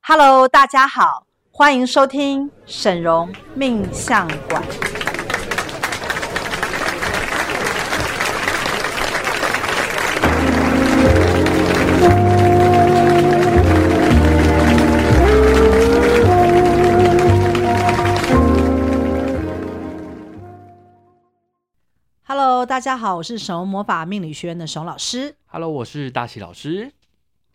Hello，大家好，欢迎收听沈荣命相馆。Hello，大家好，我是沈荣魔法命理学院的沈荣老师。 Hello，我是大喜老师。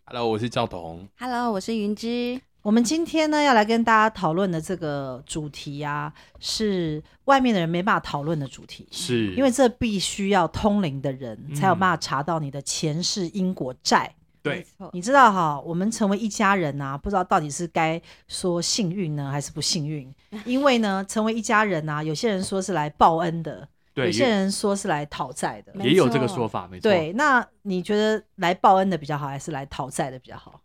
Hello，我是赵彤。 Hello，我是云芝。我们今天呢要来跟大家讨论的这个主题啊，是外面的人没办法讨论的主题，是因为这必须要通灵的人嗯才有办法查到你的前世因果债。没对错，你知道哈，我们成为一家人啊，不知道到底是该说幸运呢，还是不幸运？因为呢，成为一家人啊，有些人说是来报恩的，有对，些也人说是来讨债的。没也有错这个说法，没错。，对，那你觉得来报恩的比较好，还是来讨债的比较好？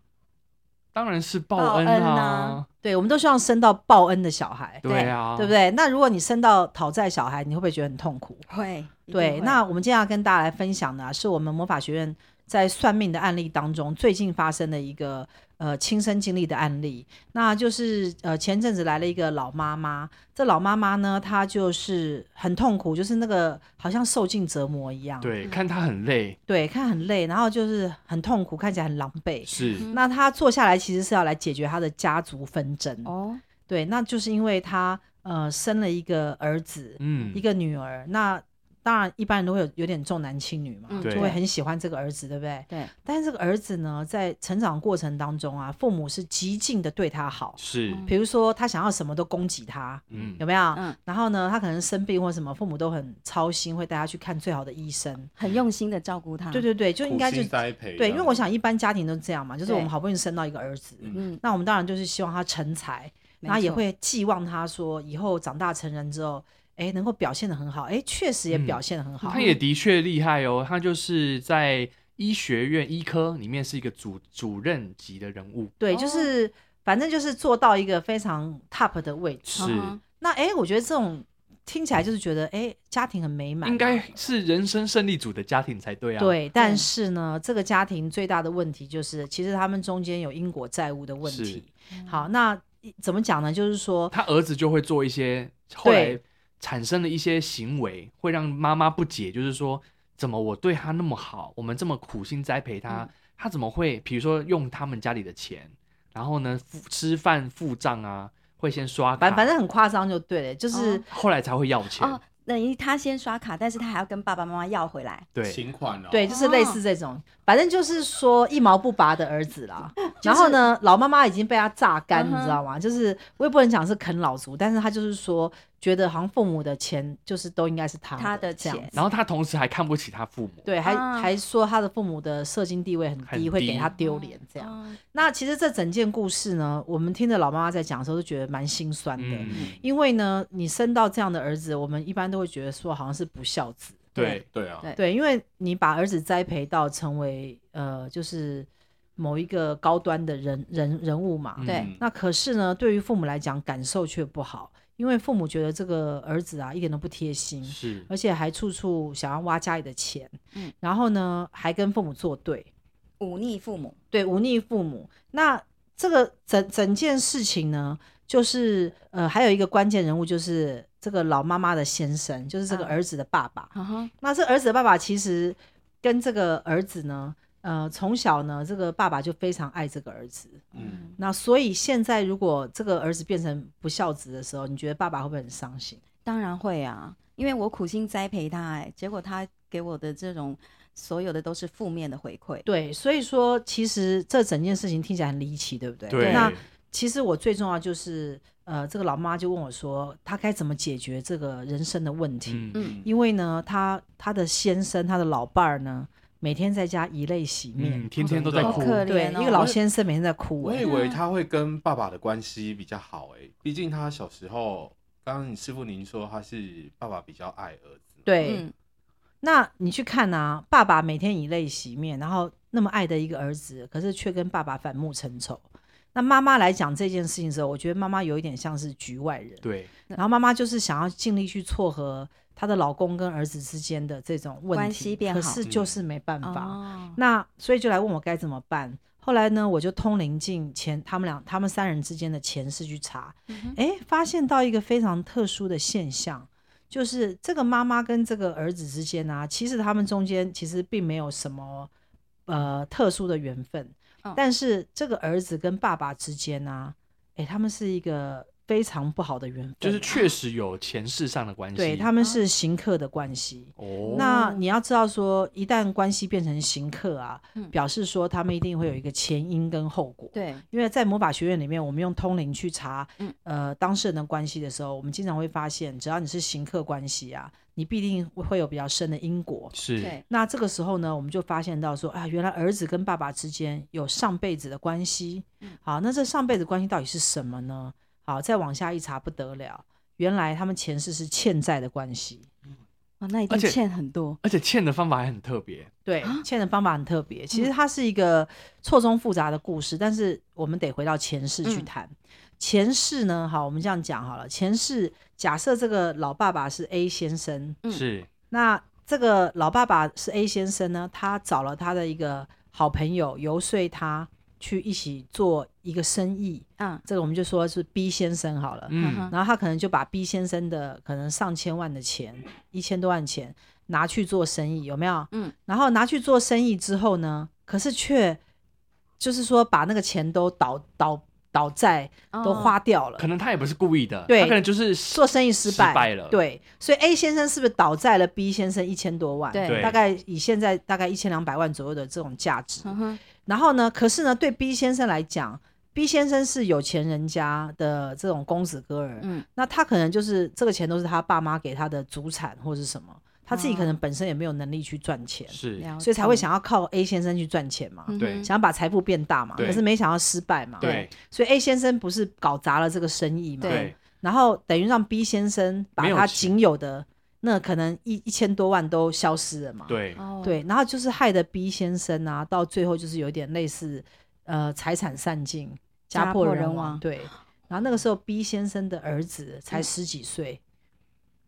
当然是报报恩恩啊啊，对，我们都希望生到报恩的小孩。对啊，哦对不？对？那如果你生到讨债小孩，你会不会觉得很痛苦？会一定对，会那我们今天要跟大家来分享的、啊，是我们魔法学院在算命的案例当中最近发生的一个呃亲身经历的案例。那就是呃前阵子来了一个老妈妈，这老妈妈呢，她就是很痛苦，就是那个好像受尽折磨一样，对，看他很累，对，看很累，然后就是很痛苦，看起来很狼狈。是嗯那她坐下来其实是要来解决她的家族纷争，哦，对，那就是因为她呃生了一个儿子，嗯一，个女儿，那当然一般人都会有有点重男轻女嘛，嗯就对会很喜欢这个儿子，对不对？对，但是这个儿子呢，在成长过程当中啊，父母是极尽的对他好，是，嗯比如说他想要什么都供给他，嗯有，没有？嗯，然后呢，他可能生病或什么，父母都很操心，会带他去看最好的医生。很用心的照顾他。对，对对，就苦应该就心栽培对，因为我想想一般家庭都这样嘛，就是我们对好不容易生到一个儿子，嗯，那我们当然就是希望他成才，没然后也错会寄望他说以后长大成人之后，哎，能够表现的很好，哎，确实也嗯表现的很好。他也的确厉害哦，他就是在医学院医科里面是一个主主任级的人物，对，哦就是反正就是做到一个非常 top 的位置。是嗯哼那哎，诶我觉得这种听起来就是觉得哎，诶家庭很美满啊，应该是人生胜利组的家庭才对啊，，对。但对是呢，这个家庭最大的问题就是，其实他们中间有因果债务的问是题。好，那怎么讲呢？就是说，他儿子就会做一些后来产生的一些行为，会让妈妈不解，就是说怎么我对他那么好，我们这么苦心栽培他，嗯他怎么会，比如说用他们家里的钱，然后呢付吃饭付账啊，会先刷卡，反反正很夸张就对了，就是哦后来才会要钱，哦，等于他先刷卡，但是他还要跟爸爸妈妈要回来。对，请款哦，对，就是类似这种，反正就是说一毛不拔的儿子 啦。然后呢，老妈妈已经被他榨干，嗯你哼知道吗？就是我也不能讲是啃老族，但是他就是说，觉得好像父母的钱就是都应该是他他的的啊这样钱子然后他同时还看不起他父母，对，还、啊还说他的父母的社经地位很很低，会给低他丢脸这样。哦那其实这整件故事呢，我们听着老妈妈在讲的时候，都觉得蛮心酸的。嗯，因为呢，你生到这样的儿子，我们一般都会觉得说好像是不孝子，对，对啊，对对，因为你把儿子栽培到成为呃，就是某一个高端的人人人物嘛。嗯对那可是呢，对于父母来讲，感受却不好，因为父母觉得这个儿子啊一点都不贴心，是而且还处处想要挖家里的钱，嗯然后呢还跟父母作对，忤逆父母，对，忤逆父母。那这个整整件事情呢，就是呃还有一个关键人物就是这个老妈妈的先生，就是这个嗯儿子的爸爸。嗯哼那这儿子的爸爸其实跟这个儿子呢，呃，从小呢，这个爸爸就非常爱这个儿子。嗯，那所以现在如果这个儿子变成不孝子的时候，你觉得爸爸会不会很伤心？当然会啊，因为我苦心栽培他，哎，结果他给我的这种所有的都是负面的回馈。对，所以说其实这整件事情听起来很离奇，对不对？对，那其实我最重要就是，呃，这个老妈就问我说，她该怎么解决这个人生的问题？嗯嗯因为呢，她她的先生，她的老伴儿呢，每天在家以泪洗面。嗯，天天都在好哭，可怜对，哦一个老先生每天在哭、我哎以为他会跟爸爸的关系比较好诶，毕竟他小时候，刚刚你师傅您说他是爸爸比较爱儿子，，对，嗯，那你去看啊，爸爸每天以泪洗面，然后那么爱的一个儿子，可是却跟爸爸反目成仇。那妈妈来讲这件事情的时候，我觉得妈妈有一点像是局外人，对，然后妈妈就是想要尽力去撮合她的老公跟儿子之间的这种问题关系变好可是就是没办法。哦，那所以就来问我该怎么办。后来呢，我就通灵进前他们俩他们三人之间的前世去查，嗯哼哎，发现到一个非常特殊的现象，就是这个妈妈跟这个儿子之间啊，其实他们中间其实并没有什么呃特殊的缘分，嗯但是这个儿子跟爸爸之间啊，哎，他们是一个非常不好的缘分，就是确实有前世上的关系。对他们是行客的关系。哦，那哦你要知道说，一旦关系变成行客啊，嗯表示说他们一定会有一个前因跟后果。对，因为在魔法学院里面，我们用通灵去查，嗯呃，当事人的关系的时候，我们经常会发现，只要你是行客关系啊，你必定会会有比较深的因果。是对，那这个时候呢，我们就发现到说，啊，原来儿子跟爸爸之间有上辈子的关系嗯。好，那这上辈子关系到底是什么呢？好，再往下一查不得了，原来他们前世是欠债的关系。哇，哦那一而定且欠很多，而且欠的方法还很特别，对，欠的方法很特别。其实它是一个错综复杂的故事，但是我们得回到前世去嗯谈。前世呢，好，我们这样讲好了。前世假设这个老爸爸是 A 先生，嗯是那这个老爸爸是 A 先生呢，他找了他的一个好朋友，游说他去一起做一个生意。嗯这个我们就说是 B 先生好了。嗯哼嗯，然后他可能就把 B 先生的可能上千万的钱，一千多万钱拿去做生意，有没有？嗯。然后拿去做生意之后呢，可是却就是说把那个钱都倒倒倒债都哦花掉了，可能他也不是故意的，对他可能就是做生意失败失败了对，所以 A 先生是不是倒债了 B 先生一千多万？对对大概以现在大概一千两百万左右的这种价值。嗯哼，然后呢，可是呢，对 B 先生来讲。B 先生是有钱人家的这种公子哥儿，嗯，那他可能就是这个钱都是他爸妈给他的祖产或是什么，他自己可能本身也没有能力去赚钱，是哦了所以才会解，想要靠 A 先生去赚钱嘛，嗯对哼想要把财富变大嘛，对可是没想到失败嘛，对所以 A 先生不是搞砸了这个生意嘛，对，然后等于让 B 先生把没有他钱仅有的那可能一一千多万都消失了嘛，对，哦，对，然后就是害得 B 先生啊，到最后就是有点类似呃财产散尽、家家破破人人亡。亡对，然后那个时候 B 先生的儿子才嗯十几岁，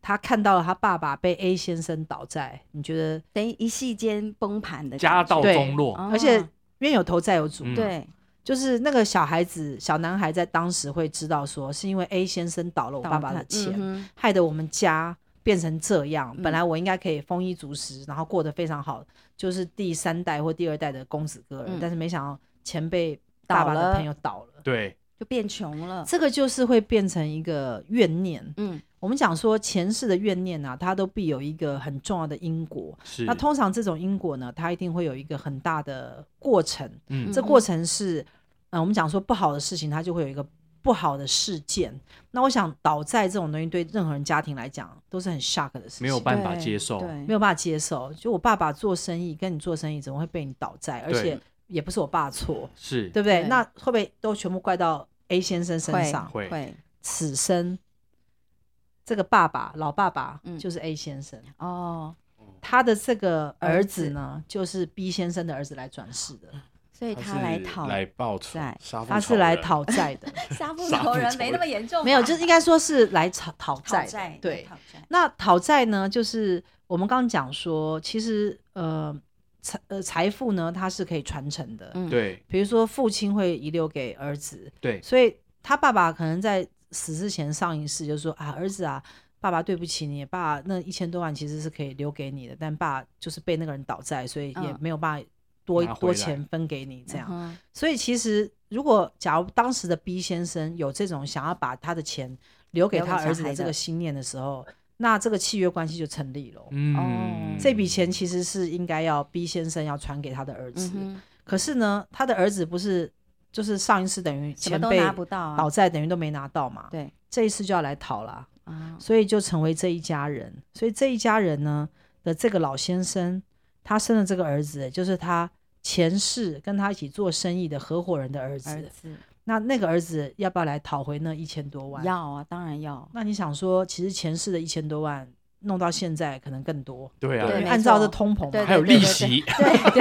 他看到了他爸爸被 A 先生倒债，你觉得？等于一夕间崩盘的家感觉道对中落，哦而且冤有头债有主，嗯对，就是那个小孩子、小男孩在当时会知道说，是因为 A 先生倒了我倒爸爸的盘钱，嗯哼害得我们家变成这样。嗯本来我应该可以丰衣足食，然后过得非常好，就是第三代或第二代的公子哥儿，嗯但是没想到前辈爸爸倒的了朋友倒了。对，就变穷了，这个就是会变成一个怨念。嗯，我们讲说前世的怨念啊，它都必有一个很重要的因果。是，那通常这种因果呢，它一定会有一个很大的过程。嗯这嗯过程是，呃，我们讲说不好的事情，它就会有一个不好的事件。那我想倒债这种东西，对任何人家庭来讲都是很 shock 的事情，没有办法对接受，对，没有办法接受。就我爸爸做生意跟你做生意，怎么会被你倒债？而对且也不是我爸的错，是对不对？对那会不会都全部怪到 A 先生身会上？会会此生这个爸爸，老爸爸嗯就是 A 先生，哦，他的这个儿儿子子呢，就是 B 先生的儿子来转世的，所以他他是来讨来报仇债，杀父他仇是来人讨债的。 杀父杀仇父人仇没那人么严重吧，没有，就是应该说是来讨讨债讨的。债，对，讨债，那讨债呢，就是我们刚刚讲说，其实呃财呃财富呢，它是可以传承的。嗯对比如说父亲会遗留给儿子，对所以他爸爸可能在死之前上一世就说啊，儿子啊。爸爸，对不起你，爸那一千多万其实是可以留给你的，但爸就是被那个人倒债，所以也嗯没有办法多、拿回多来钱分给你这样。嗯哼所以其实，如果假如当时的 B 先生有这种想要把他的钱留给他儿子的这个心念的时候，那这个契约关系就成立了。嗯，哦这笔钱其实是应该要 B 先生要传给他的儿子嗯，哼，可是呢，他的儿子不是就是上一次等于什么前都辈拿不到啊倒，债等于都没拿到嘛，对这一次就要来讨啦，啊，所以就成为这一家人。所以这一家人呢的这个老先生，他生的这个儿子就是他前世跟他一起做生意的合伙人的儿子。儿子那那个儿子要不要来讨回那一千多万？要啊，当然要，那你想说，其实前世的一千多万弄到现在可能更多，对因啊为对，按照没这错通膨对嘛。还有对利对息，对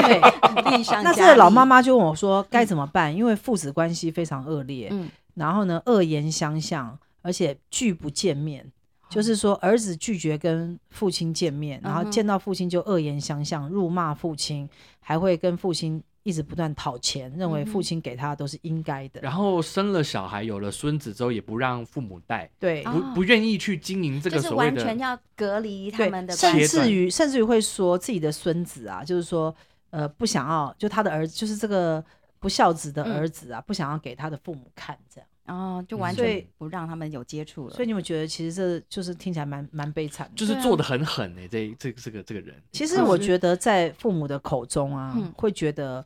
对，利上那这加个老利妈，妈就问我说该怎么办？因为父子关系非常恶劣，嗯，然后呢恶言相向，而且拒不见面。就是说，儿子拒绝跟父亲见面，然后哦嗯哼见到父亲就恶言相向，辱骂父亲，还会跟父亲一一直不断讨钱，认嗯为父亲给他的都是应该的。然后生了小孩，有了孙子之后，也不让父母带，对，啊不不愿意去经营这就个是所谓完的全要隔离他对，们的关甚系至于甚至于会说自己的孙子啊，就是说呃不想要，就他的儿子，就是这个不孝子的嗯儿子啊，不想要给他的父母看这样。哦，就嗯完所全以不让他们有接触了。所以你们觉得其实这就是听起来蛮蛮悲惨的。就就是对啊做的很狠哎、这这这个这个人，其实可我是觉得在父母的口中啊，嗯会觉得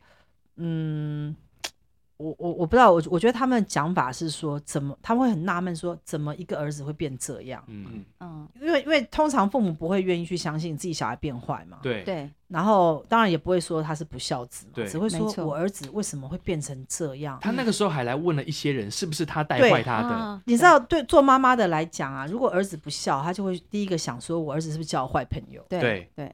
嗯。我我我不知道，我我觉得他们的讲法是说，怎么他们会很纳闷说，怎么一个儿子会变这样？嗯嗯，嗯，因为因为通常父母不会愿意去相信自己小孩变坏嘛，对对，然后当然也不会说他是不孝子嘛，对只会没说错我儿子为什么会变成这样。他那个时候还来问了一些人，是不是他带对坏他的？啊你知道，对做妈妈的来讲啊，如果儿子不孝，他就会第一个想说，我儿子是不是交坏朋友？对对对，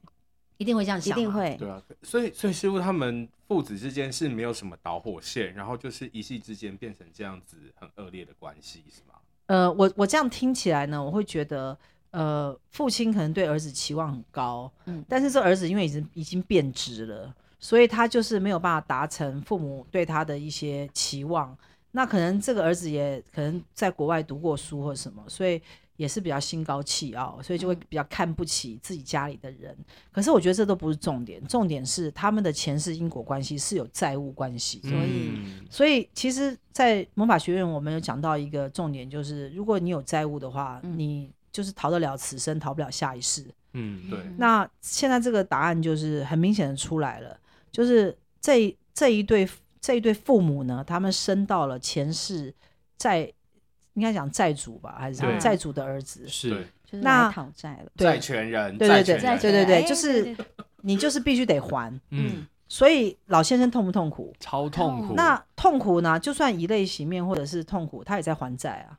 一定会这样一想、定。会对啊，所以所以师傅他们父子之间是没有什么导火线，然后就是一夕之间变成这样子很恶劣的关系，是吗？呃，我我这样听起来呢，我会觉得，呃，父亲可能对儿子期望很高，嗯但是这儿子因为已经已经变质了，所以他就是没有办法达成父母对他的一些期望。那可能这个儿子也可能在国外读过书或什么，所以也是比较心高气傲， 所以就会嗯比较看不起自己家里的人。可是我觉得这都不是重点，重点是他们的前世因果关系是有债务关系的。所以嗯所以其实，在魔法学院，我们有讲到一个重点，就是如果你有债务的话，嗯你就是逃得了此生，逃不了下一世。嗯对嗯那现在这个答案就是很明显的出来了，就是这这一对这一对父母呢，他们生到了前世债，应该讲债主吧，还是什么对债主的儿子？是嗯对就是那来讨债了。对债权人，对债对权对人，对对对，哎就是对对你就是必须得还。嗯嗯，所以老先生痛不痛苦？超痛苦。哦那痛苦呢？就算以泪洗面或者是痛苦，他也在还债啊，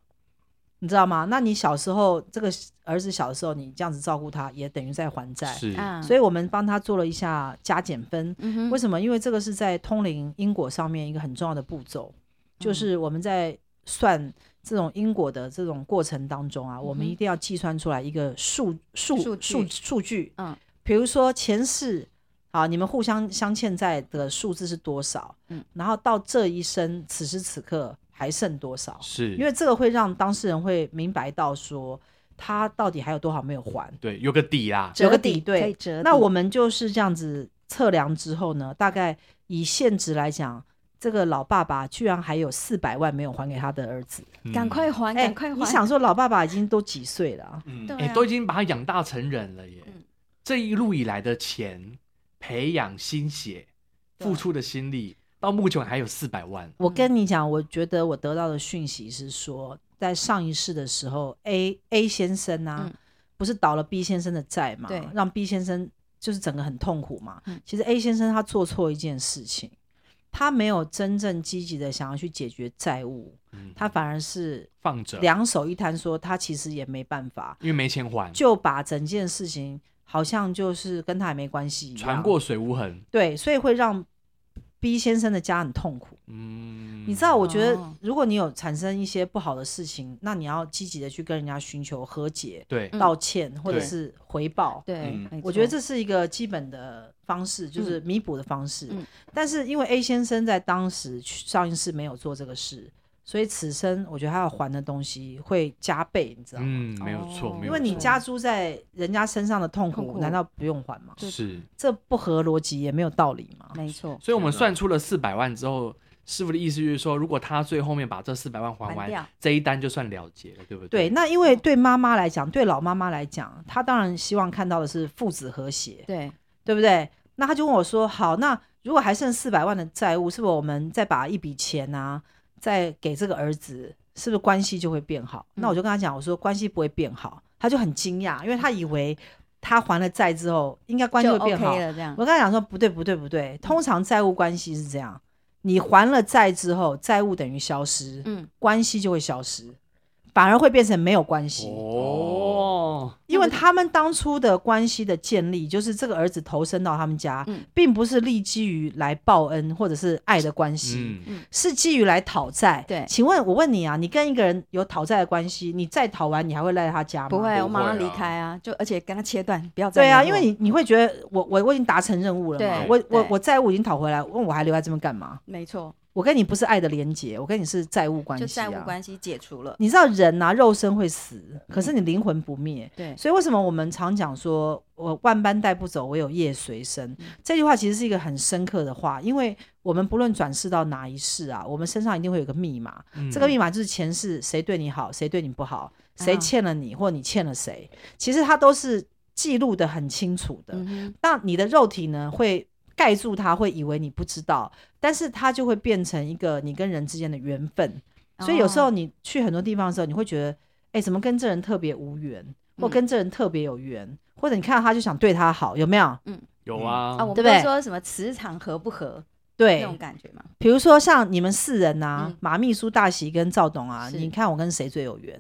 你知道吗？那你小时候这个儿子小的时候，你这样子照顾他，也等于在还债。是啊，所以以我们帮他做了一下加减分。嗯哼为什么？因为这个是在通灵因果上面一个很重要的步骤，嗯就是我们在算这种因果的这种过程当中啊，我们嗯哼一定要计算出来一个数数数据数数据。嗯，比如说前世啊，你们互相相欠债的数字是多少？嗯，然后到这一生，此时此刻还剩多少？是，因为这个会让当事人会明白到说他到底还有多少没有还。对有个底啦。有折个底抵对可以折抵。那我们就是这样子测量之后呢，大概以现值来讲，这个老爸爸居然还有四百万没有还给他的儿子。哎嗯赶快还，赶快还。你想说老爸爸已经都几岁了啊？嗯，对哎、啊都已经把他养大成人了耶。嗯这一路以来的钱、培养心血、对付出的心力，到目前还有四百万。嗯我跟你讲，我觉得我得到的讯息是说，在上一世的时候，A A 先生啊，嗯不是倒了 B 先生的债嘛对，让 B 先生就是整个很痛苦嘛。嗯其实 A 先生他做错一件事情，他没有真正积极的想要去解决债务，嗯他反而是放着，两手一摊，说他其实也没办法，因为没钱还，就把整件事情好像就是跟他也没关系一样。船过水无痕。对，所以会让 B 先生的家很痛苦。嗯，你知道，我觉得哦如果你有产生一些不好的事情，那你要积极的去跟人家寻求和解、对，嗯道歉或者对是回报。对嗯，没我觉得错这是一个基本的方式，就是弥补的方式。嗯但是因为 A 先生在当时去上一世没有做这个事，所以此生我觉得他要还的东西会加倍，你知道吗？嗯，没有错，没哦有错。因为你加诸在人家身上的痛苦，痛苦难道不用还吗？是，这不合逻辑，也没有道理嘛。没错，所以我们算出了四百万之后，师傅的意思就是说，如果他最后面把这四百万还还完，掉。这一单就算了结了，对不对，对，那因为对妈妈来讲，对老妈妈来讲，她当然希望看到的是父子和谐，对，对不对？那她就问我说：“好，那如果还剩四百万的债务，是不是我们再把一笔钱啊，再给这个儿子，是不是关系就会变好？”嗯那我就跟她讲，我说关系不会变好，她就很惊讶，因为她以为她还了债之后，应该关系就会变好 OK。了这样。嗯我跟他讲说，不对，不对，不对。通常债务关系是这样：你还了债之后，债务等于消失，嗯，关系就会消失。反而会变成没有关系。哦，因为他们当初的关系的建立，就是这个儿子投身到他们家，嗯并不是立基于来报恩或者是爱的关系，嗯，是基于来讨债。对请问我问你啊，你跟一个人有讨债的关系，你再讨完，你还会赖他家吗？不会，我马上不会离啊开啊，就而且跟他切断，不要再对啊，联因络为你你会觉得我我我已经达成任务了嘛对，我我对我债务已经讨回来，问我还留在这边干嘛？没错，我跟你不是爱的连结，我跟你是债务关系、就啊，债务关系嗯解除了，你知道人呐、肉身会死，可是你灵魂不灭。对，所以为什么我们常讲说“我万般带不走，唯有业随身”嗯这句话，其实是一个很深刻的话，因为我们不论转世到哪一世啊，我们身上一定会有个密码，嗯嗯这个密码就是前世谁对你好，谁对你不好，谁啊欠了你，或你欠了谁，其实它都是记录的很清楚的。嗯哼，那你的肉体呢会盖住它，会以为你不知道，但是它就会变成一个你跟人之间的缘分。所以有时候哦你去很多地方的时候，你会觉得，哎、怎么跟这人特别无缘，或嗯跟这人特别有缘，或者你看到他就想对他好，有没有？有啊啊，，我对们不对不是说什么磁场合不合那对种，感觉嘛？比如说像你们四人呐、嗯马秘书、大喜跟赵董啊，是你看我跟谁最有缘？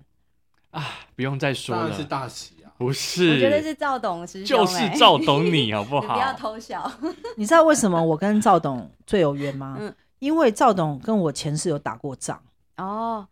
不用再说当然是了，大喜啊，不我觉得是，是赵董师兄、欸，就是赵懂你好不 你不要好？偷笑，你知道为什么我跟赵董最有缘吗？ 嗯因为赵董跟我前世有打过仗。哦，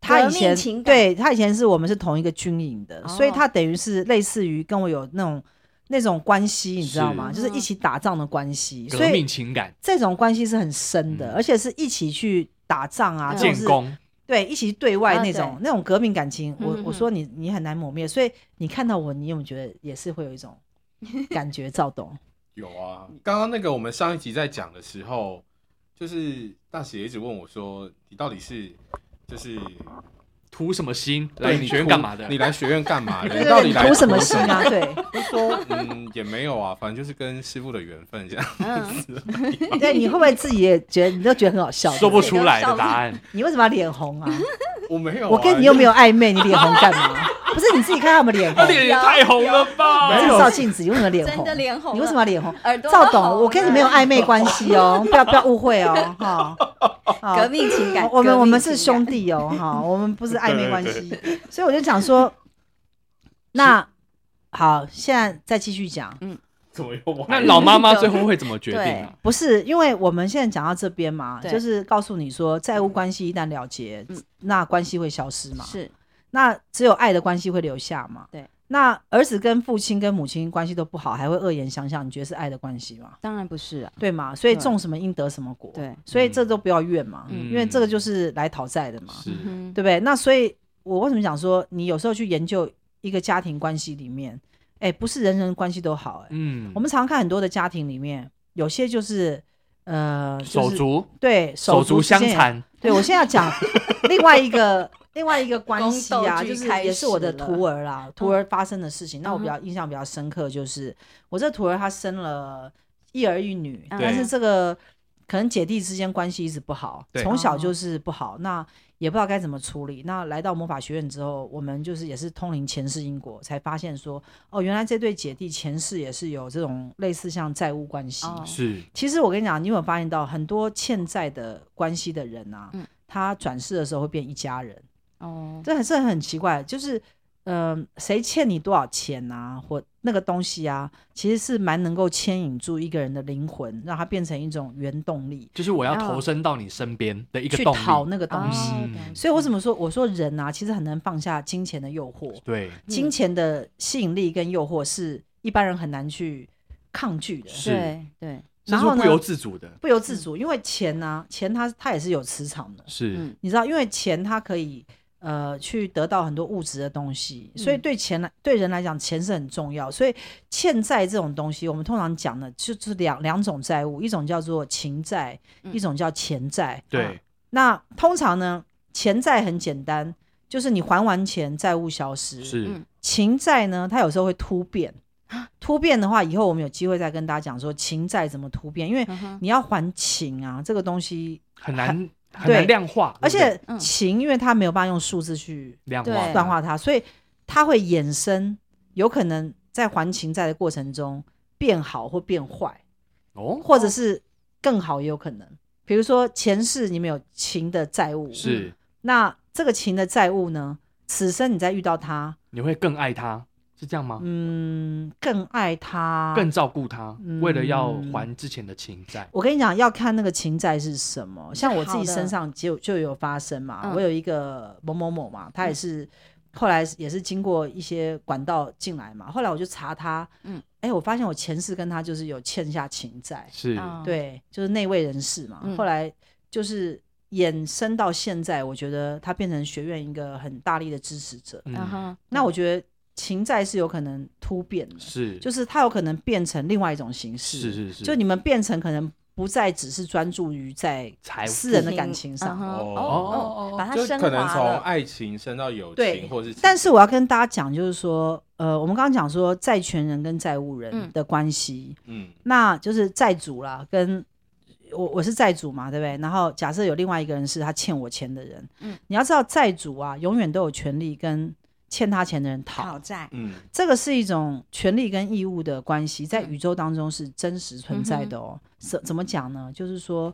他革以命前情感对他以前是我们是同一个军营的，所以哦他等于是类似于跟我有那种那种关系，你知道吗？是就是一起打仗的关系，所革以命情感，这种关系是很深的，嗯而且是一起去打仗啊，嗯这建种是功，对一起对外啊那种、那种革命感情，我嗯哼我哼说你你很难磨灭，所以你看到我，你有没有觉得也是会有一 种感觉躁动？有啊。刚刚那个我们上一集在讲的时候，就是大喜一直问我说，你到底是就是图什么心？对来你你学院图干嘛的？你来学院干嘛 的？对啊你到对底对，来图什么图心啊？对就说嗯，也没有啊，反正就是跟师傅的缘分这样。嗯， 对，你会不会自己也觉得你都觉得很好笑？说不对对出来的答案，你为什么要脸红啊？ 我没有、啊，我跟你又没有暧昧，你脸红干嘛？不是你自己看他们脸红他，脸也太红了吧？自己照镜子，你为什么脸真红？的脸红了，你为什么要脸红？耳朵赵都董，红我跟你了没有暧昧关系 哦，不要不要误会哦，哈。好革命情感，我们革我们命是情兄感，弟哦，哈，我们不是暧昧关对系， 所以我就讲说，那好，现在再继续讲，怎么又那玩？老妈妈最后会怎么决定啊？不是因为我们现在讲到这边嘛，对就是告诉你说，债务关系一旦了结，嗯那关系会消失嘛，是那只有爱的关系会留下嘛？对。那儿子跟父亲跟母亲关系都不好，还会恶言相向，你觉得是爱的关系吗？当然不是啊，对吗？所以对种什么因得什么果。。对，所以这都不要怨嘛，嗯因为这个就是来讨债的嘛，是嗯对不对？那所以我为什么讲说，你有时候去研究一个家庭关系里面，哎，不是人人关系都好、哎、嗯我们常看很多的家庭里面，有些就是呃，就手是足对手足手足之间相也残，对，我现在要讲另外一个另外一个关系啊，宫斗就剧是开也是我的始了徒儿啦，徒儿发生的事情。那我比嗯较印象比较深刻，就是我这徒儿他生了一儿一女，嗯但是对这个可能姐弟之间关系一直不好，对从小哦就是不好，那也不知道该怎么处理。那来到魔法学院之后，我们就是也是通灵前世因果，才发现说，哦，原来这对姐弟前世也是有这种类似像债务关系。哦是其实我跟你讲，你有没有发现到很多欠债的关系的人啊，嗯他转世的时候会变一家人，哦，这很这很奇怪，就是。嗯，谁欠你多少钱啊，或那个东西啊，其实是蛮能够牵引住一个人的灵魂，让他变成一种原动力，就是我要哦投身到你身边的一个去动讨力，那个东西。哦嗯懂所以我怎么说？我说人啊，其实很难放下金钱的诱惑，对，金钱的吸引力跟诱惑是一般人很难去抗拒的，是对对，这然是后呢不由自主的，不由自主。因为钱呢、钱它它也是有磁场的，是嗯你知道，因为钱它可以呃去得到很多物质的东西，所以嗯对钱来对人来讲，钱是很重要。所以欠债这种东西，我们通常讲的就就是两两种债务，一种叫做情债，嗯一种叫钱债。对，那通常呢，钱债很简单，就是你还完钱，债务消失。是嗯情债呢，它有时候会突变。啊 突变的话，以后我们有机会再跟大家讲说情债怎么突变，因为嗯哼你要还情啊，这个东西很难很对难量化，而对不对啊且嗯情，因为它没有办法用数字去量对化断化它，所以它会衍生，有可能在还情债的过程中变好或变坏，哦，或者是更好也有可能。嗯比如说前世你们有情的债务，嗯是那这个情的债务呢，此生你再遇到他，你会更爱他，是这样吗？嗯，更爱他，更照顾他，为了要嗯还之前的情债。我跟你讲，要看那个情债是什么。像我自己嗯好的身上就就有发生嘛，嗯我有一个某某某嘛，他也是、后来也是经过一些管道进来嘛，后来我就查他，嗯嗯，哎、我发现我前世跟他就是有欠下情债，是，啊对，就是那位人士嘛，嗯后来就是衍生到现在，我觉得他变成学院一个很大力的支持者。啊嗯，哈，那我觉得情债是有可能突变的，是，就是它有可能变成另外一种形式，是是是，就你们变成可能不再只是专注于在财私富人的感情上。嗯哼哦哦哦，把它就升可能华从了，爱情升到友对情，或是情但是我要跟大家讲，就是说，呃，我们刚刚讲说债权人跟债务人嗯的关系，嗯那就是债主啦，跟我我是债主嘛，对不对？然后假设有另外一个人是他欠我钱的人，嗯你要知道债主啊，永远都有权利跟欠他钱的人讨讨，债，嗯这个是一种权利跟义务的关系，嗯在宇宙当中是真实存在的哦。怎、怎么讲呢？就是说，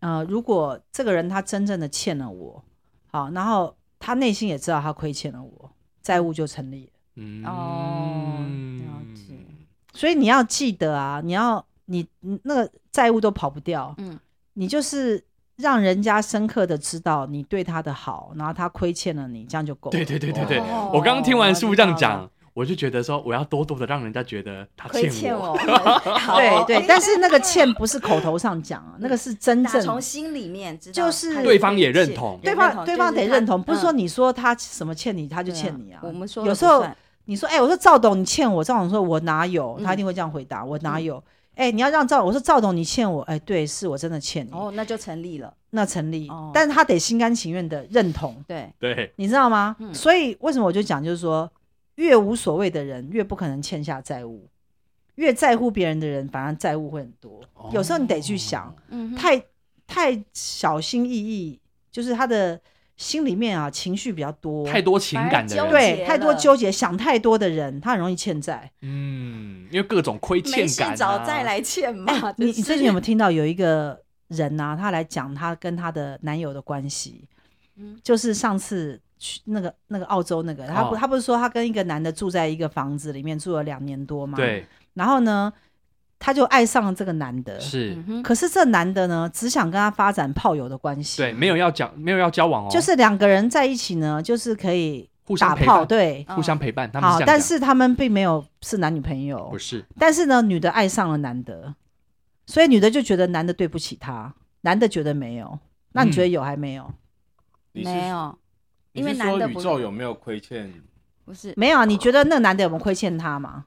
呃，如果这个人他真正的欠了我，好，然后他内心也知道他亏欠了我，债务就成立了。嗯哦了解所以你要记得啊，你要你你那个债务都跑不掉，嗯，你就是让人家深刻的知道你对他的好，然后他亏欠了你，这样就够了。对对对对对，哦我刚刚听完师傅这样我知道讲，我就觉得说我要多多的让人家觉得他哦亏欠欠我。我， 好对对，哎但是那个欠不是口头上讲啊，那个是真打正从心里面知道他就有是亏欠，对方也认同对认方同对就方得他认同，不是说嗯你说他什么欠你，他就对欠你啊。我们说有了时不候算你说，哎、我说赵董你欠我，赵董说我哪有，他一嗯定会这样回答，我哪嗯有。哎、你要让赵，我说赵董你欠我，哎、对，是我真的欠你，哦，那就成立了，那成立。哦但是他得心甘情愿的认同，对，对，你知道吗？嗯所以为什么我就讲，就是说，越无所谓的人，越不可能欠下债务；越在乎别人的人，反而债务会很多。哦有时候你得去想，嗯哼，太太小心翼翼，就是他的心里面啊情绪比较多，太多情感的反而纠人，结对太多了纠结、想太多的人，他很容易欠债。嗯，因为各种亏欠没事感、啊，找债来欠嘛，你哎你真最是近有没有听到有一个人啊，他来讲他跟他的男友的关系，嗯就是上次去那个那个澳洲那个，他不、哦他不是说他跟一个男的住在一个房子里面住了两年多吗？，对，然后呢，他就爱上了这个男的，是，嗯哼可是这男的呢，只想跟他发展炮友的关系，对，没有要讲，没有要交往哦，就是两个人在一起呢，就是可以互相打陪炮，伴，对，嗯互相陪伴，他们好这，样但讲是他们并没有是男女朋友不，是但是呢，女的爱上了男的，所以女的就觉得男的对不起她，男的觉得没有，那你觉得有还没有？嗯你是没有，你因为是男说的宇不宙有没有亏欠？不是没有啊？你觉得那个男的有没有亏欠她吗？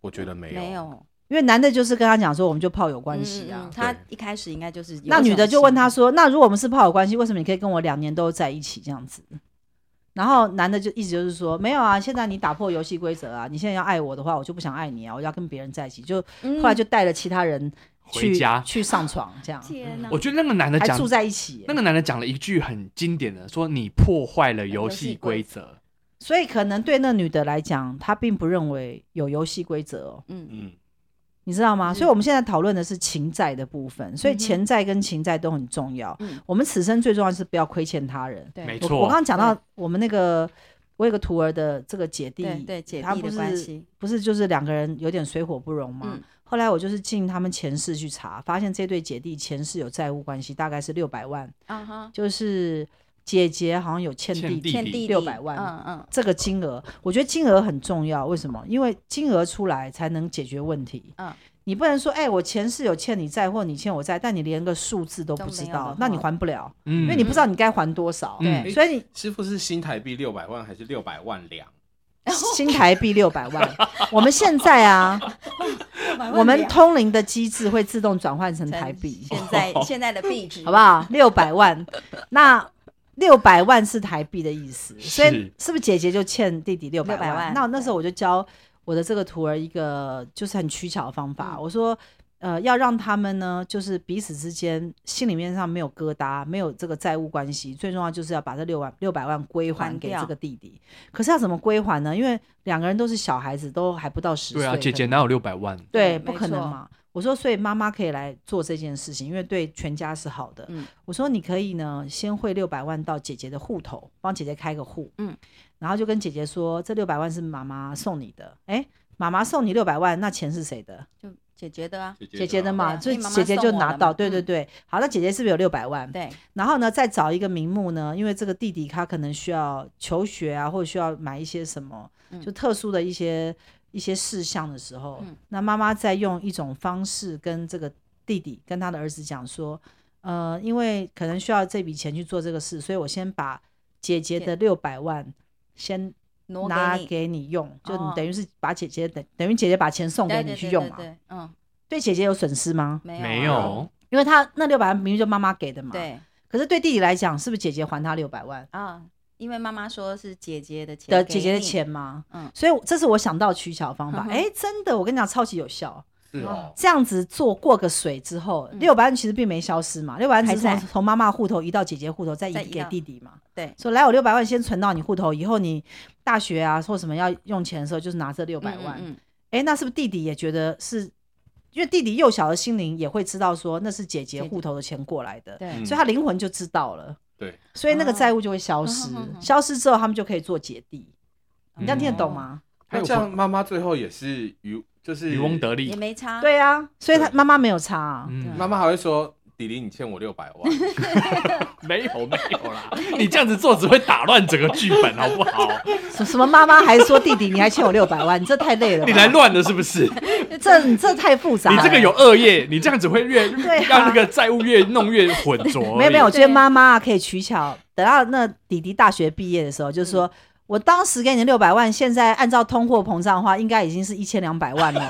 我觉得没有，没有因为男的就是跟她讲说，我们就炮友关系嗯嗯啊嗯。他对一开始应该就是有那这女的种就问他心说：“那如果我们是炮友关系，为什么你可以跟我两年都在一起这样子？”然后男的就一直就是说：“没有啊，现在你打破游戏规则啊！你现在要爱我的话，我就不想爱你啊，我要跟别人在一起。”就理，后来嗯就带了其他人回去家。去上床，这样天嗯哪，我觉得那个男的还讲住，在一起耶。那个男的讲了一句很经典的，说你破坏了游游戏戏规规则，所以可能对那女的来讲，她并不认为有游戏规则哦，嗯嗯，你知道吗？嗯所以我们现在讨论的是情债的部分，所以嗯哼钱债跟情债都很重要。嗯我们此生最重要的是不要亏欠他人。对，没我错我刚刚讲到我们那个，我有个徒儿的这个姐弟，对对姐他弟不的是关系，不是就是两个人有点水火不容吗？嗯后来我就是进他们前世去查，发现这对姐弟前世有债务关系，大概是六百万，啊哈，就是姐姐好像有欠欠弟弟弟欠弟弟600万嗯嗯，这个金额，我觉得金额很重要。为什么？因为金额出来才能解决问题。嗯，你不能说，哎、我前世有欠你债，或你欠我债，但你连个数字都不知都没有的道话，那你还不了，嗯，因为你不知道你该还多少。嗯对所以师傅是新台币六百万还是六百万两？嗯你新台币六百万，我们现在啊， 600我们两通灵的机制会自动转换成台币，现在现在的币值好不？好？六百万，那六百万是台币的意思，所以是是不是姐姐就欠弟弟六百600万那那时候我就教我的这个徒儿一个就是很取巧的方法，嗯我说。呃，要让他们呢，就是彼此之间心里面上没有疙瘩，没有这个债务关系，最重要就是要把这六万六百万归还还给掉这个弟弟。可是要怎么归还呢？因为两个人都是小孩子，都还不到十岁对啊可能，啊，姐姐哪有六百万？对，对不嗯没可能错嘛。我说，所以妈妈可以来做这件事情，因为对全家是好的。嗯我说你可以呢，先汇六百万到姐姐的户头，帮姐姐开个户。嗯，然后就跟姐姐说，这六百万是妈妈送你的。哎，妈妈送你六百万，那钱是谁的？就姐姐的啊，姐姐的嘛，对啊所以因为妈妈姐姐就送我拿的到。嘛对对嗯对，好，那姐姐是不是有六百万？对，然后呢，再找一个名目呢，因为这个弟弟他可能需要求学啊，或者需要买一些什么，嗯就特殊的一些一些事项的时候，嗯那妈妈再用一种方式跟这个弟弟跟他的儿子讲说，呃，因为可能需要这笔钱去做这个事，所以我先把姐姐的六百万先挪拿给你，给你用，就你哦等于是把姐姐等等于姐姐把钱送给对你对去对用对嘛，对，嗯，对姐姐有损失吗？没有没啊有，因为他那六百万明明就妈妈给的嘛，。对可是对弟弟来讲，是不是姐姐还他六百万啊，因为妈妈说是姐姐的钱，的姐姐的，钱吗？嗯所以这是我想到取巧方法嗯。哼哎、真的，我跟你讲，超级有效。是哦，这样子做过个水之后，嗯六百万其实并没消失嘛，六百万只是从还在从妈妈户头移到姐姐户头，再移再移给到弟弟嘛。对，说来，我六百万先存到你户头，以后你大学啊或什么要用钱的时候，就是拿这六百万。哎、嗯嗯那是不是弟弟也觉得是？因为弟弟幼小的心灵也会知道说那是姐姐姐姐户头的钱过来的嗯，对，嗯所以他灵魂就知道了。对，所以那个哦债务就会消失，嗯哼哼哼消失之后他们就可以做嗯姐弟，嗯你这样听得懂吗？还那有这样妈妈最后也是渔，就是渔翁得嗯也利，没差，对啊，所以他对妈妈没有差、啊，嗯，妈妈还会说：“迪迪，你欠我六百万。没有没有啦， 你这样子做只会打乱整个剧本，好不好？什、什么妈妈还说弟弟你还欠我六百万，你 这太累了吧，你来乱了是不是？你这你这太复 杂了，这个有恶业，你这样子会越对啊让那个债务越弄越混浊。没有没有，我，觉得对妈妈啊可以取巧，等到那弟弟大学毕业的时候，就说。我当时给你六百万，现在按照通货膨胀的话，应该已经是一千两百万了。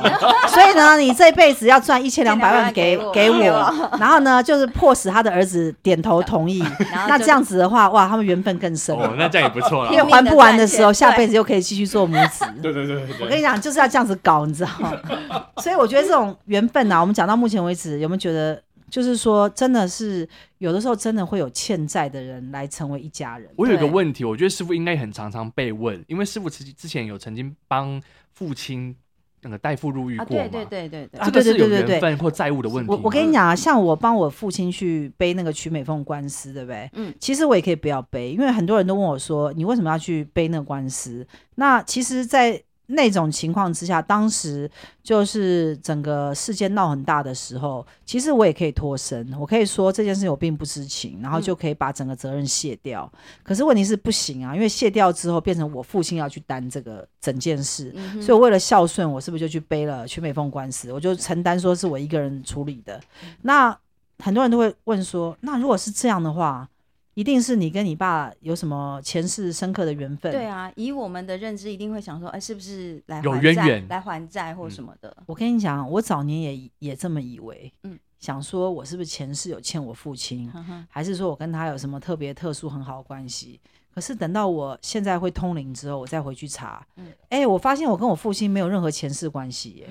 所以呢，你这辈子要赚一千两百万给1200给给我我，然后呢，就是迫使他的儿子点头同意。然后那啊就这样子的话，哇，他们缘分更深了哦，那这样也不错因为啦。还不完的时候，拼命地赚钱下辈子又可以继续做母子。”对对对对我跟你讲，就是要这样子搞，你知道吗？ 所以我觉得这种缘分啊，我们讲到目前为止，有没有觉得，就是说，真的是有的时候真的会有欠债的人来成为一家人。我有一个对问题，我觉得师傅应该很常常被问，因为师傅之之前有曾经帮父亲那个代父入狱啊，过嘛对，对对对对啊，这个是对对有对对对缘分或债务的问题我吗。我跟你讲啊，像我帮我父亲去背那个曲美凤官司，对不对？嗯其实我也可以不要背，因为很多人都问我说，你为什么要去背那个官司？那其实，在那种情况之下，当时就是整个事件闹很大的时候，其实我也可以脱身，我可以说这件事情我并不知情，然后就可以把整个责任卸掉。可是问题是不行啊，因为卸掉之后变成我父亲要去担这个整件事，嗯哼所以我为了孝顺，我是不是就去背了曲美凤官司？我就承担说是我一个人处理的。嗯那很多人都会问说，那如果是这样的话，一定是你跟你爸有什么前世深刻的缘分？对啊，以我们的认知，一定会想说，哎，是不是来有还渊债源来还债或嗯什么的？我跟你讲，我早年也也这么以为，嗯想说我是不是前世有欠我父嗯亲，哼哼还是说我跟他有什么特别特殊很好的关系？可是等到我现在会通灵之后，我再回去查，哎、嗯我发现我跟我父亲没有任何前世关系耶、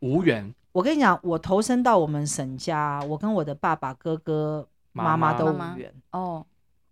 无缘，我跟你讲，我投身到我们沈家，我跟我的爸爸、哥哥、妈妈妈都妈妈无缘，哦，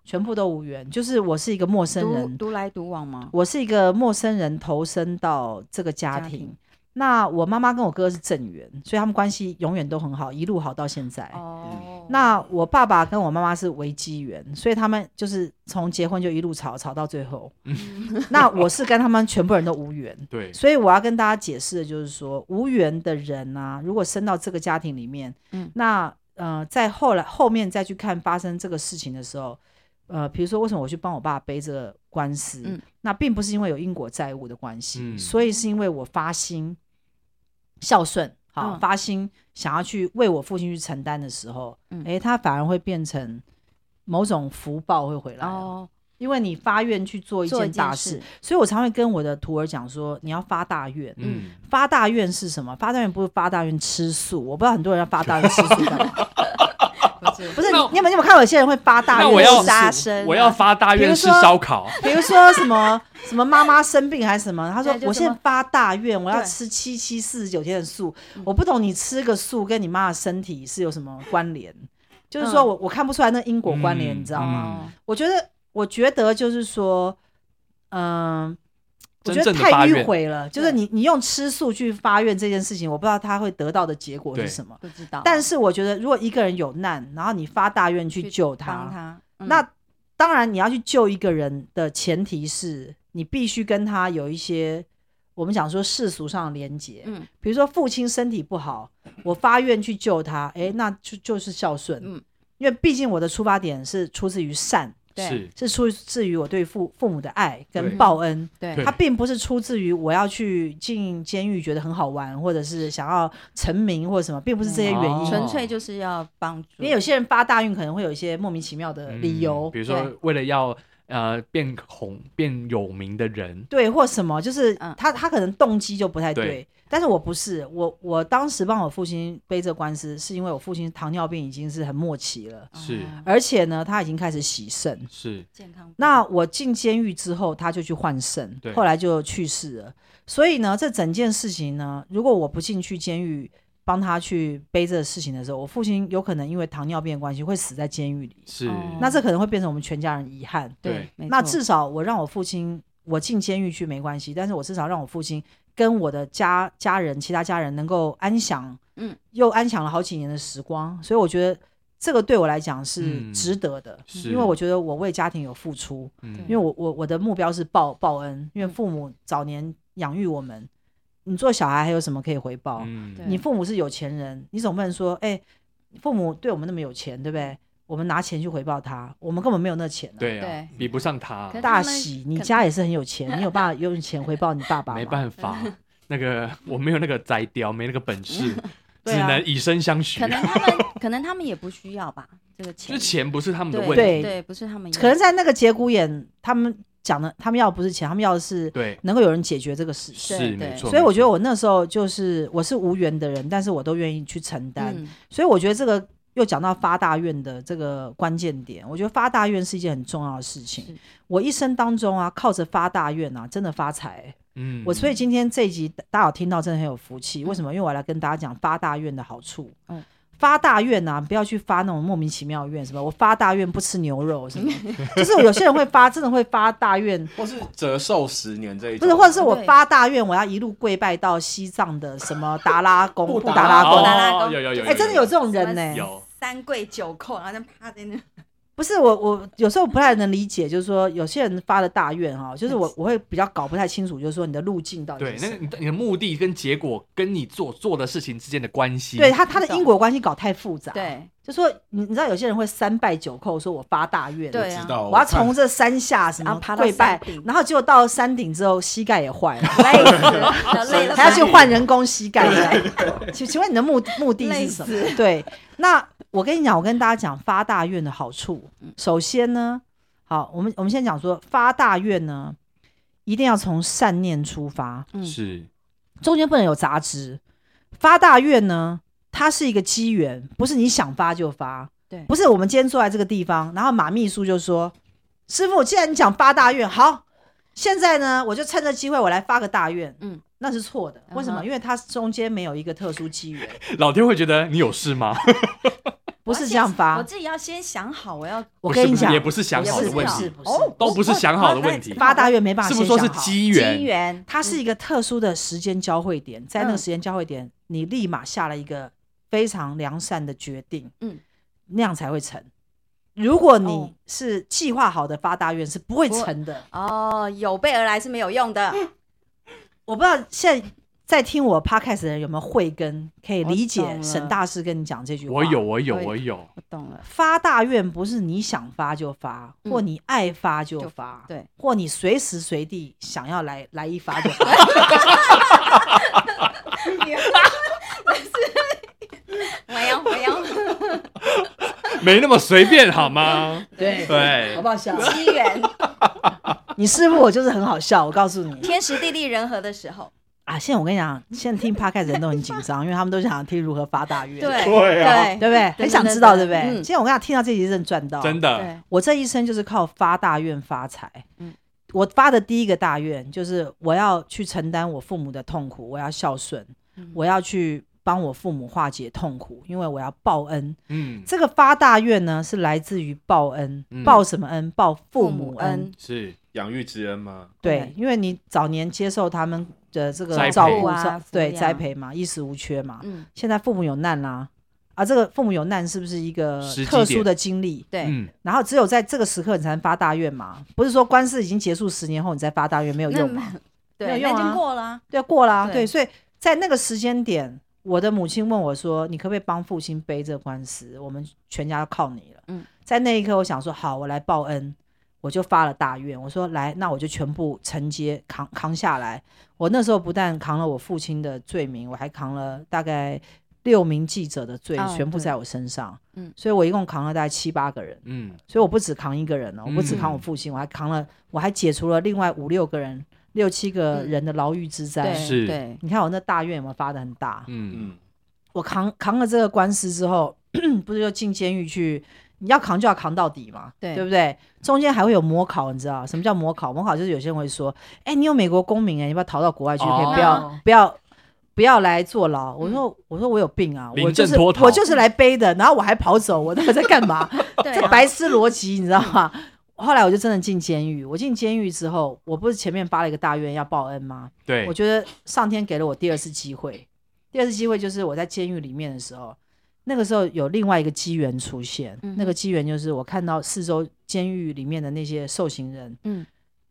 全部都无缘。就是我是一个陌生独人，独来独往吗？我是一个陌生人投身到这个家家庭。庭那我妈妈跟我哥是正缘，所以他们关系永远都很好，一路好到现在。哦，嗯那我爸爸跟我妈妈是为机缘，所以他们就是从结婚就一路吵吵到最后。嗯那我是跟他们全部人都无缘，对，所以我要跟大家解释的就是说，无缘的人啊，如果生到这个家庭里面，嗯那呃，在后来后面再去看发生这个事情的时候，呃，比如说为什么我去帮我爸背这个官司，嗯那并不是因为有因果债务的关系，嗯所以是因为我发心孝顺，好、嗯发心想要去为我父亲去承担的时候，诶，嗯他反而会变成某种福报会回来哦哦，因为你发愿去做一做一件件大事事，所以我常会跟我的徒儿讲说，你要发大愿。嗯，发大愿是什么？发大愿不是发大愿吃素，我不知道很多人要发大愿吃素 干 嘛。不是不是你那我，你有没有你有没有看过有些人会发大那愿我要杀杀生？生啊，我要发大比愿如吃说烧烤，比如说什么什么妈妈生病还是什么，他说对就我什么现在发大愿，我要对嗯吃七七四十九天的素。我不懂你吃个素跟你妈的身体是有什么关联？就是说嗯我我看不出来那因果关联，嗯你知道吗？嗯哦我觉得，我觉得就是说，嗯、我真觉得正的太发迂愿，回了，就是对你你用吃素去发愿这件事情，我不知道他会得到的结果是对什么。不知道，但是我觉得，如果一个人有难，然后你发大愿去救帮他，嗯那当然你要去救一个人的前提是你必须跟他有一些我们讲说世俗上的连结。嗯比如说父亲身体不好，我发愿去救他，诶，那就就是孝顺。嗯因为毕竟我的出发点是出自于善，对是是出自于我对父父母的爱跟对报恩。对对它并不是出自于我要去进监狱觉得很好玩，或者是想要成名或者什么，并不是这些原因。哦纯粹就是要帮助，因为有些人发大运可能会有一些莫名其妙的理由，嗯比如对说为了要呃变红变有名的人，对或什么，就是嗯他他可能动机就不太对。对但是我不是，我我当时帮我父亲背这官司，是因为我父亲糖尿病已经是很末期了，是哦而且呢他已经开始洗肾，是健康，那我进监狱之后，他就去换肾，对后来就去世了。所以呢，这整件事情呢，如果我不进去监狱帮他去背这个事情的时候，我父亲有可能因为糖尿病的关系会死在监狱里。是，哦那这可能会变成我们全家人遗憾。对对，没那错至少我让我父亲，我进监狱去没关系，但是我至少让我父亲跟我的家家人、其他家人能够安享，嗯，又安享了好几年的时光。所以我觉得这个对我来讲是嗯值得的，是因为我觉得我为家庭有付出。嗯因为我我我的目标是报报恩，因为父母早年养育我们，你做小孩还有什么可以回报？嗯对你父母是有钱人，你总不能说，哎、父母对我们那么有钱，对不对？我们拿钱去回报他，我们根本没有那钱、啊。，嗯对啊对，比不上他可，是大他们喜，你可家也是很有钱，你有办法用钱回报你爸爸吗？没办法， 那个我没有那个摘雕，没那个本事， 对只啊能以身相许可。能他们 可能他们也不需要吧，这个就钱是钱不是他们的对问对题，对，不是他们要可能在那个节骨眼，他们讲的，他们要的不是钱，他们要的是对，能够有人解决这个事情。对是没对错。所以没我觉错得我那时候就是我是无缘的人，但是我都愿意去承担。嗯所以我觉得这个又讲到发大愿的这个关键点，我觉得发大愿是一件很重要的事情是。我一生当中啊，靠着发大愿啊，真的发财欸、嗯，我所以今天这一集大家有听到，真的很有福气。为什么？因为我来跟大家讲发大愿的好处。嗯发大愿啊，不要去发那种莫名其妙的愿，什么我发大愿不吃牛肉，什么，就是有些人会发，真的会发大愿，或是折寿十年这一不种，是，或者是我对发大愿，我要一路跪拜到西藏的什么达拉宫、布布达达拉宫宫，达拉哦宫有有有，哎、真的有这种人呢、有三跪九叩，然后就趴在那，不是我，我有时候不太能理解，就是说有些人发的大愿哈，就是我我会比较搞不太清楚，哦就是说你的路径到底对是，那什么。个你的你的目的跟结果跟你做做的事情之间的关系，对他他的因果关系搞太复杂，， 对就说你你知道有些人会三拜九叩，说我发大愿，对知啊，道我要看从这山下什然么后爬到跪拜山顶，然后结果到山顶之后膝盖也坏 了，累死了， 要累了吧，还要去换人工膝盖， 请请问你的目目的累是什死么？ 对，那我跟你讲，我跟大家讲发大愿的好处。嗯首先呢，好，我们我们先讲说发大愿呢，一定要从善念出发，嗯是中间不能有杂质。发大愿呢，它是一个机缘，不是你想发就发。对不是我们今天坐在这个地方，然后马秘书就说：“师傅，既然你讲发大愿，好，现在呢，我就趁这机会，我来发个大愿。”嗯，那是错的。为什嗯么？哼因为它中间没有一个特殊机缘，老天会觉得你有事吗？不是这样发。我自己要先想好我要我跟你 不是讲，也不是想也好不的是问不是题，不是哦，都不是想好的问题发大愿没办法是不先是说想是好，机机嗯缘？缘，它是一个特殊的时间交汇点，在那个时间交汇点，你立马下了一个非常良善的决定，嗯，那样才会成。如果哦你是计划好的发大愿，是不会成的。哦，有备而来是没有用的，嗯我不知道现在在听我 podcast 的人有没有慧根，可以我理解懂了沈大师跟你讲这句话。我有，我有，对我有，我懂了，发大愿不是你想发就发，嗯或你爱发就就发，对，或你随时随地想要来来一发就发。我要我要没那么随便 好吗？对对好不好笑？机缘，你师傅我就是很好笑，我告诉你天时地利人和的时候，啊！现在我跟你讲，现在听 podcast 的人都很紧张，因为他们都想听如何发大愿，对对啊对不对？对很想知道，对对不对？对嗯现在我跟你讲，听到这集真的赚到，真的，对我这一生就是靠发大愿发财。嗯我发的第一个大愿就是我要去承担我父母的痛苦，我要孝顺，嗯我要去帮我父母化解痛苦，因为我要报恩。嗯，这个发大愿呢，是来自于报恩，嗯报什么恩？报父母恩。恩是养育之恩吗？对对，因为你早年接受他们的这个栽培照顾，啊照抚对养栽培嘛，衣食无缺嘛。嗯，现在父母有难啦、啊，这个父母有难是不是一个时机特殊点的经历？对，嗯，然后只有在这个时刻你才能发大愿嘛？不是说官司已经结束十年后你再发大愿没有那用嘛？没对，有那用已啊经过了啊，对啊，过了啊、对对，所以在那个时间点，我的母亲问我说：“你可不可以帮父亲背这个官司？我们全家靠你了。”嗯，在那一刻，我想说好，我来报恩。我就发了大愿，我说来，那我就全部承接扛扛下来。我那时候不但扛了我父亲的罪名，我还扛了大概六名记者的罪，哦全部对在我身上。嗯所以我一共扛了大概七八个人。嗯，所以我不只扛一个人哦了，我不只扛我嗯父亲，我还扛了，我还解除了另外五六个人、六七个嗯人的牢狱之灾。对是对，你看我那大愿有没有发的很大？嗯，嗯，我扛扛了这个官司之后， 不是就进监狱去？你要扛就要扛到底嘛，对不对？中间还会有模考，你知道什么叫模考？模考就是有些人会说，哎，你有美国公民哎，你要不要逃到国外去？可以不要哦不要不要来坐牢。嗯我说我说我有病啊，我临就阵是脱逃我就是来背的，然后我还跑走，我到底在干嘛？ 对这啊白痴逻辑，你知道吗？后来我就真的进监狱。我进监狱之后，我不是前面发了一个大愿要报恩吗？对我，觉得上天给了我第二次机会。第二次机会就是我在监狱里面的时候，那个时候有另外一个机缘出现。嗯那个机缘就是我看到四周监狱里面的那些受刑人，嗯，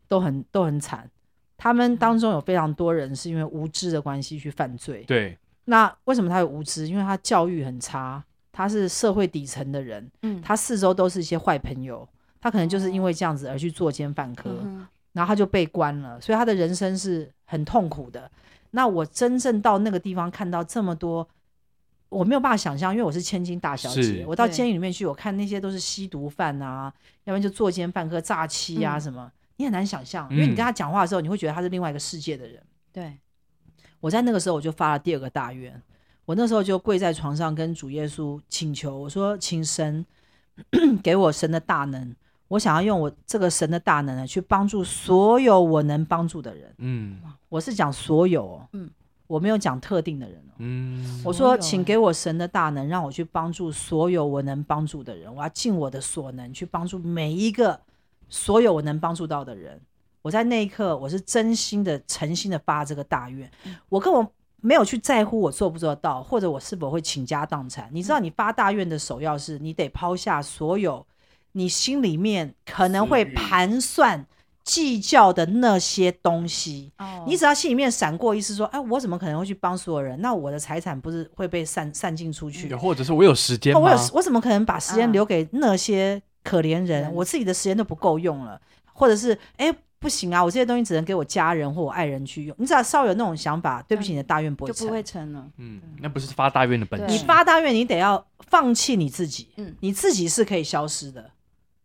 都很都很惨。他们当中有非常多人是因为无知的关系去犯罪。对，那为什么他有无知？因为他教育很差，他是社会底层的人。嗯，他四周都是一些坏朋友，他可能就是因为这样子而去作奸犯科，嗯然后他就被关了，所以他的人生是很痛苦的。那我真正到那个地方看到这么多，我没有办法想象，因为我是千金大小姐是，我到对监狱里面去，我看那些都是吸毒犯啊，要不然就作奸犯科、诈欺啊嗯什么，你很难想象，因为你嗯跟他讲话的时候，你会觉得他是另外一个世界的人。对，我在那个时候我就发了第二个大愿，我那时候就跪在床上跟主耶稣请求，我说：“请神 给我神的大能，我想要用我这个神的大能呢，去帮助所有我能帮助的人。嗯我是讲所有、哦，嗯，我没有讲特定的人哦。嗯，我所说，有请欸给我神的大能，让我去帮助所有我能帮助的人。我要尽我的所能去帮助每一个所有我能帮助到的人。我在那一刻，我是真心的、诚心的发这个大愿。我根本没有去在乎我做不做得到，或者我是否会倾家荡产。你知道，你发大愿的首要是你得抛下所有你心里面可能会私欲盘算、计较的那些东西。哦你只要心里面闪过一丝说，哎，我怎么可能会去帮所有人？那我的财产不是会被散散尽出去？有或者是我有时间那吗？我有我怎么可能把时间嗯留给那些可怜人？人我自己的时间都不够用了，或者是哎不行啊，我这些东西只能给我家人或我爱人去用。你只要稍有那种想法，对不起，你的大愿不会嗯就成。不会成了，嗯，那不是发大愿的本质。你对发大愿，你得要放弃你自己，嗯你自己是可以消失的，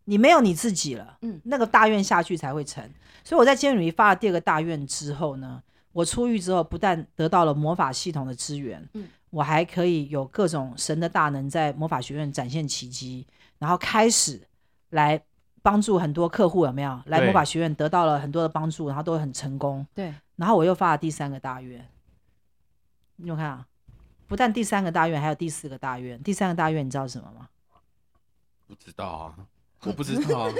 你没有你自己了，嗯那个大愿下去才会成。所以我在监狱里发了第二个大愿之后呢，我出狱之后不但得到了魔法系统的支援，嗯我还可以有各种神的大能在魔法学院展现奇迹，然后开始来帮助很多客户，有没有？来对魔法学院得到了很多的帮助，然后都很成功。对，然后我又发了第三个大愿，你有看啊？不但第三个大愿，还有第四个大愿。第三个大愿你知道是什么吗？不知道啊，我不知道啊，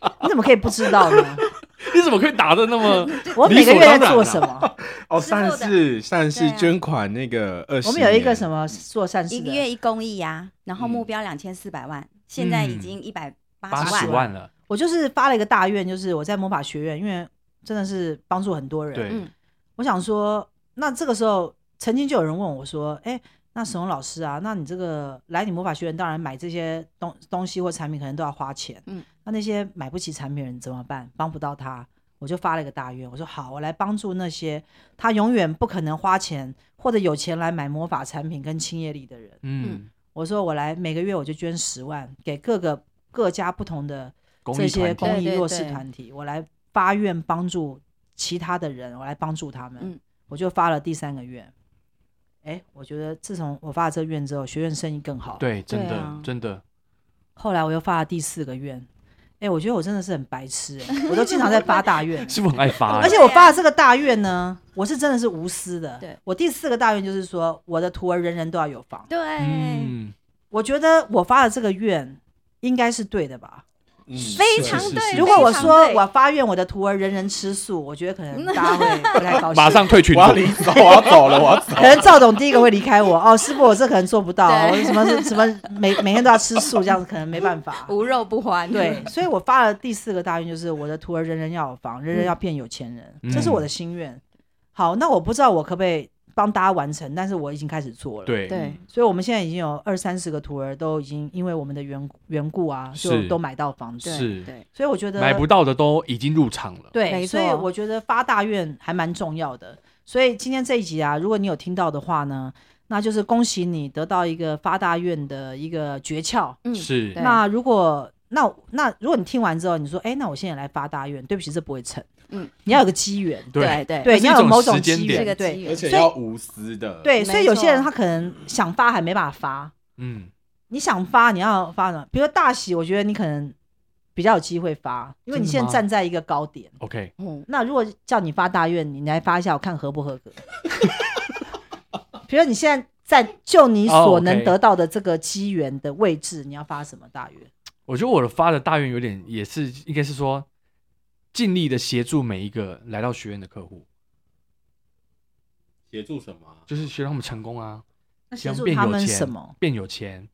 哦你怎么可以不知 道呢？ 你怎么可以打的那么？我每个月在做什理所啊么？哦，之后的善事善对事啊捐款那个二十，我们有一个什么？么做善事一的个，月一公益呀，然后目嗯标两千四百万，现在已嗯经一百八八十十万，万了，我就是发了一个大愿，就是我在魔法学院，因为真的是帮助很多人。对，嗯我想说，那这个时候曾经就有人问我说：“哎、那沈荣老师啊，那你这个来你魔法学院，当然买这些东东西或产品，可能都要花钱。嗯，那那些买不起产品的人怎么办？帮不到他，我就发了一个大愿，我说好，我来帮助那些他永远不可能花钱或者有钱来买魔法产品跟清业力的人。嗯，我说我来每个月我就捐十万给各个各家不同的公这益些团体公益对对弱势对团体，我来发愿帮助其他的人，我来帮助他们。嗯我就发了第三个愿。哎，我觉得自从我发了这个愿之后，学院生意更好。，对，真对的啊真的，。后来我又发了第四个愿。哎，我觉得我真的是很白痴哎、 我都经常在发大愿是不是很爱发而？且我发的这个大愿呢，我是真的是无私的。对我第四个大愿就是说，我的徒儿人人都要有房。对，嗯，我觉得我发的这个愿应该是对的吧？嗯非常是是对是如果我非常说对嗯我发愿我的徒儿人人吃素，我觉得可能大家会不太高兴。 马上退群我组，要离走，我要走了，我要走。可能赵董第一个会离开我 哦，师傅，我这可能做不到，对我什么什么每每天都要吃素，这样子可能没办法。无肉不欢。对，所以我发了第四个大愿，就是我的徒儿人人要有房，人人要变有钱人，嗯这是我的心愿。好，那我不知道我可不可以帮大家完成，但是我已经开始做了。，对对，所以我们现在已经有二三十个徒儿都已经因为我们的缘缘故啊，就是都买到房子。对是对，所以我觉得买不到的都已经入场了。对，没所以错我觉得发大愿还蛮重要的。所以今天这一集啊，如果你有听到的话呢，那就是恭喜你得到一个发大愿的一个诀窍。嗯是对那如果那那如果你听完之后，你说哎，那我现在来发大愿，对不起，这不会成。嗯你要有个机缘，对对对，那是你一要有种某时种间机点这缘，个对机而缘 且所以要无私的，对，所以没有些人错他可能想发还没办法发，嗯，你想发你要发呢，比如大喜，我觉得你可能比较有机会发，因为你真的现在吗站在一个高点。 OK，嗯那如果叫你发大愿，你来发一下，我看合不合格。 比如你现在在就你哦所，OK 能得到的这个机缘的位置，你要发什么大愿？我觉得我的发的大愿有点也是，应该是说尽力的协助每一个来到学院的客户，协助什么啊？就是协助他们成功啊，那希协望助变他有们钱，什么？变有钱，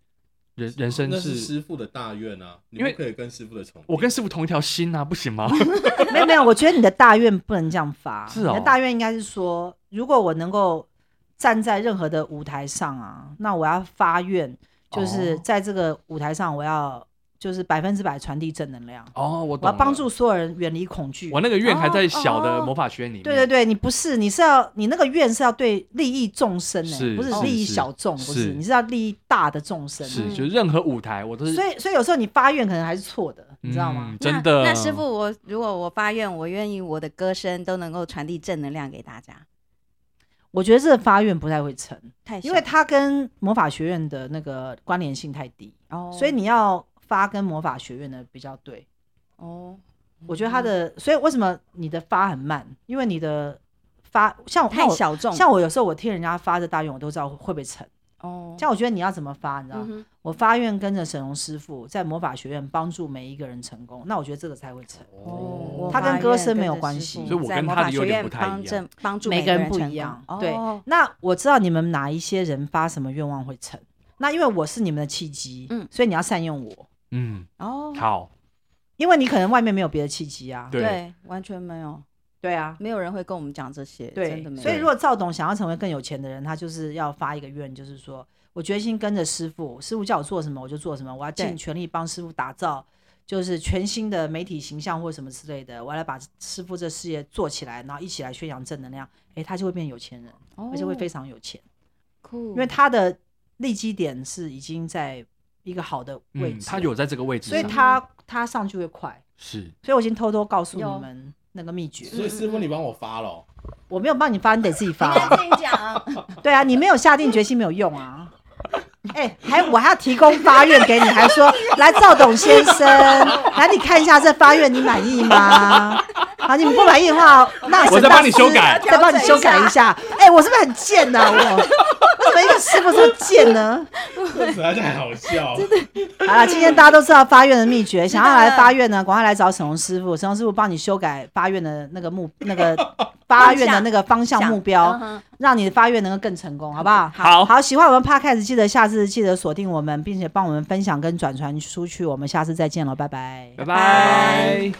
人人生那是是。师傅的大愿啊，你因为不可以跟师傅的重叠。我跟师傅同一条心啊，不 行吗？ 没有没有，我觉得你的大愿不能这样发。是哦你的大愿应该是说，如果我能够站在任何的舞台上啊，那我要发愿，就是哦在这个舞台上，我要就是百分之百传递正能量，哦，我我懂要了帮助。所有人远离恐惧。我那个愿还在小哦的哦魔法学院里面。对对对，你不是，你是要你那个愿是要对利益众生呢、是不是是利益是小众，不是，是你是要利益大的众生。是嗯就是任何舞台我都是。所以所以有时候你发愿可能还是错的，你知道吗？嗯真的那，那师傅，我如果我发愿，我愿意我的歌声都能够传递正能量给大家。我觉得这个发愿不太会成，太小，因为它跟魔法学院的那个关联性太低，哦，所以你要发跟魔法学院的比较对。哦，我觉得它的，所以为什么你的发很慢？因为你的发像太像我小众，像我有时候我听人家发的大愿，我都知道会不会成。哦，像我觉得你要怎么发，你知道吗？嗯哼我发愿跟着沈荣师傅在魔法学院帮助每一个人成功，那我觉得这个才会成。哦，它跟歌声没有关系所以我跟他的有点不太一样帮正帮助每个个人人不成一样功对哦那我知道你们哪一些人发什么愿望会成，那因为我是你们的契机，嗯所以你要善用我，嗯，哦，好，因为你可能外面没有别的契机啊。对对，完全没有，对啊，没有人会跟我们讲这些，真对的。没有。所以如果赵董想要成为更有钱的人，他就是要发一个愿，就是说我决心跟着师傅，师傅叫我做什么我就做什么，我要对尽全力帮师傅打造。就是全新的媒体形象或什么之类的，我要来把师傅这事业做起来，然后一起来宣扬正能量，诶，他就会变有钱人，哦嗯而且会非常有钱。酷，因为他的立基点是已经在一个好的位嗯，置，他，有嗯在这个位置所上，以他他上去会快，是所以我已经偷偷告诉有嗯你们那个秘诀，所以师傅你帮我发了，我没有帮你发，你得自己发 啊、自己 讲，对啊，你没有下定决心没有用啊。哎、还我还要提供发愿给你，还说来赵董先生，来你看一下这发愿你满意吗？好，你们不满意的话，那我再帮你沈大师修改再帮你修改一下。哎、我是不是很贱呢、我为什么一个师傅这么贱呢？ 这实在太好笑了。好了，今天大家都知道发愿的秘诀，知道想了要来发愿呢，赶快来找沈龙师傅，沈龙师傅帮你修改发愿的那个目那 个发愿的那个方向目标嗯，哼让你的发愿能够更成功，好不好？好好，喜欢我们 podcast，记得下次记得锁定我们，并且帮我们分享跟转传出去，我们下次再见了，拜拜。拜拜拜。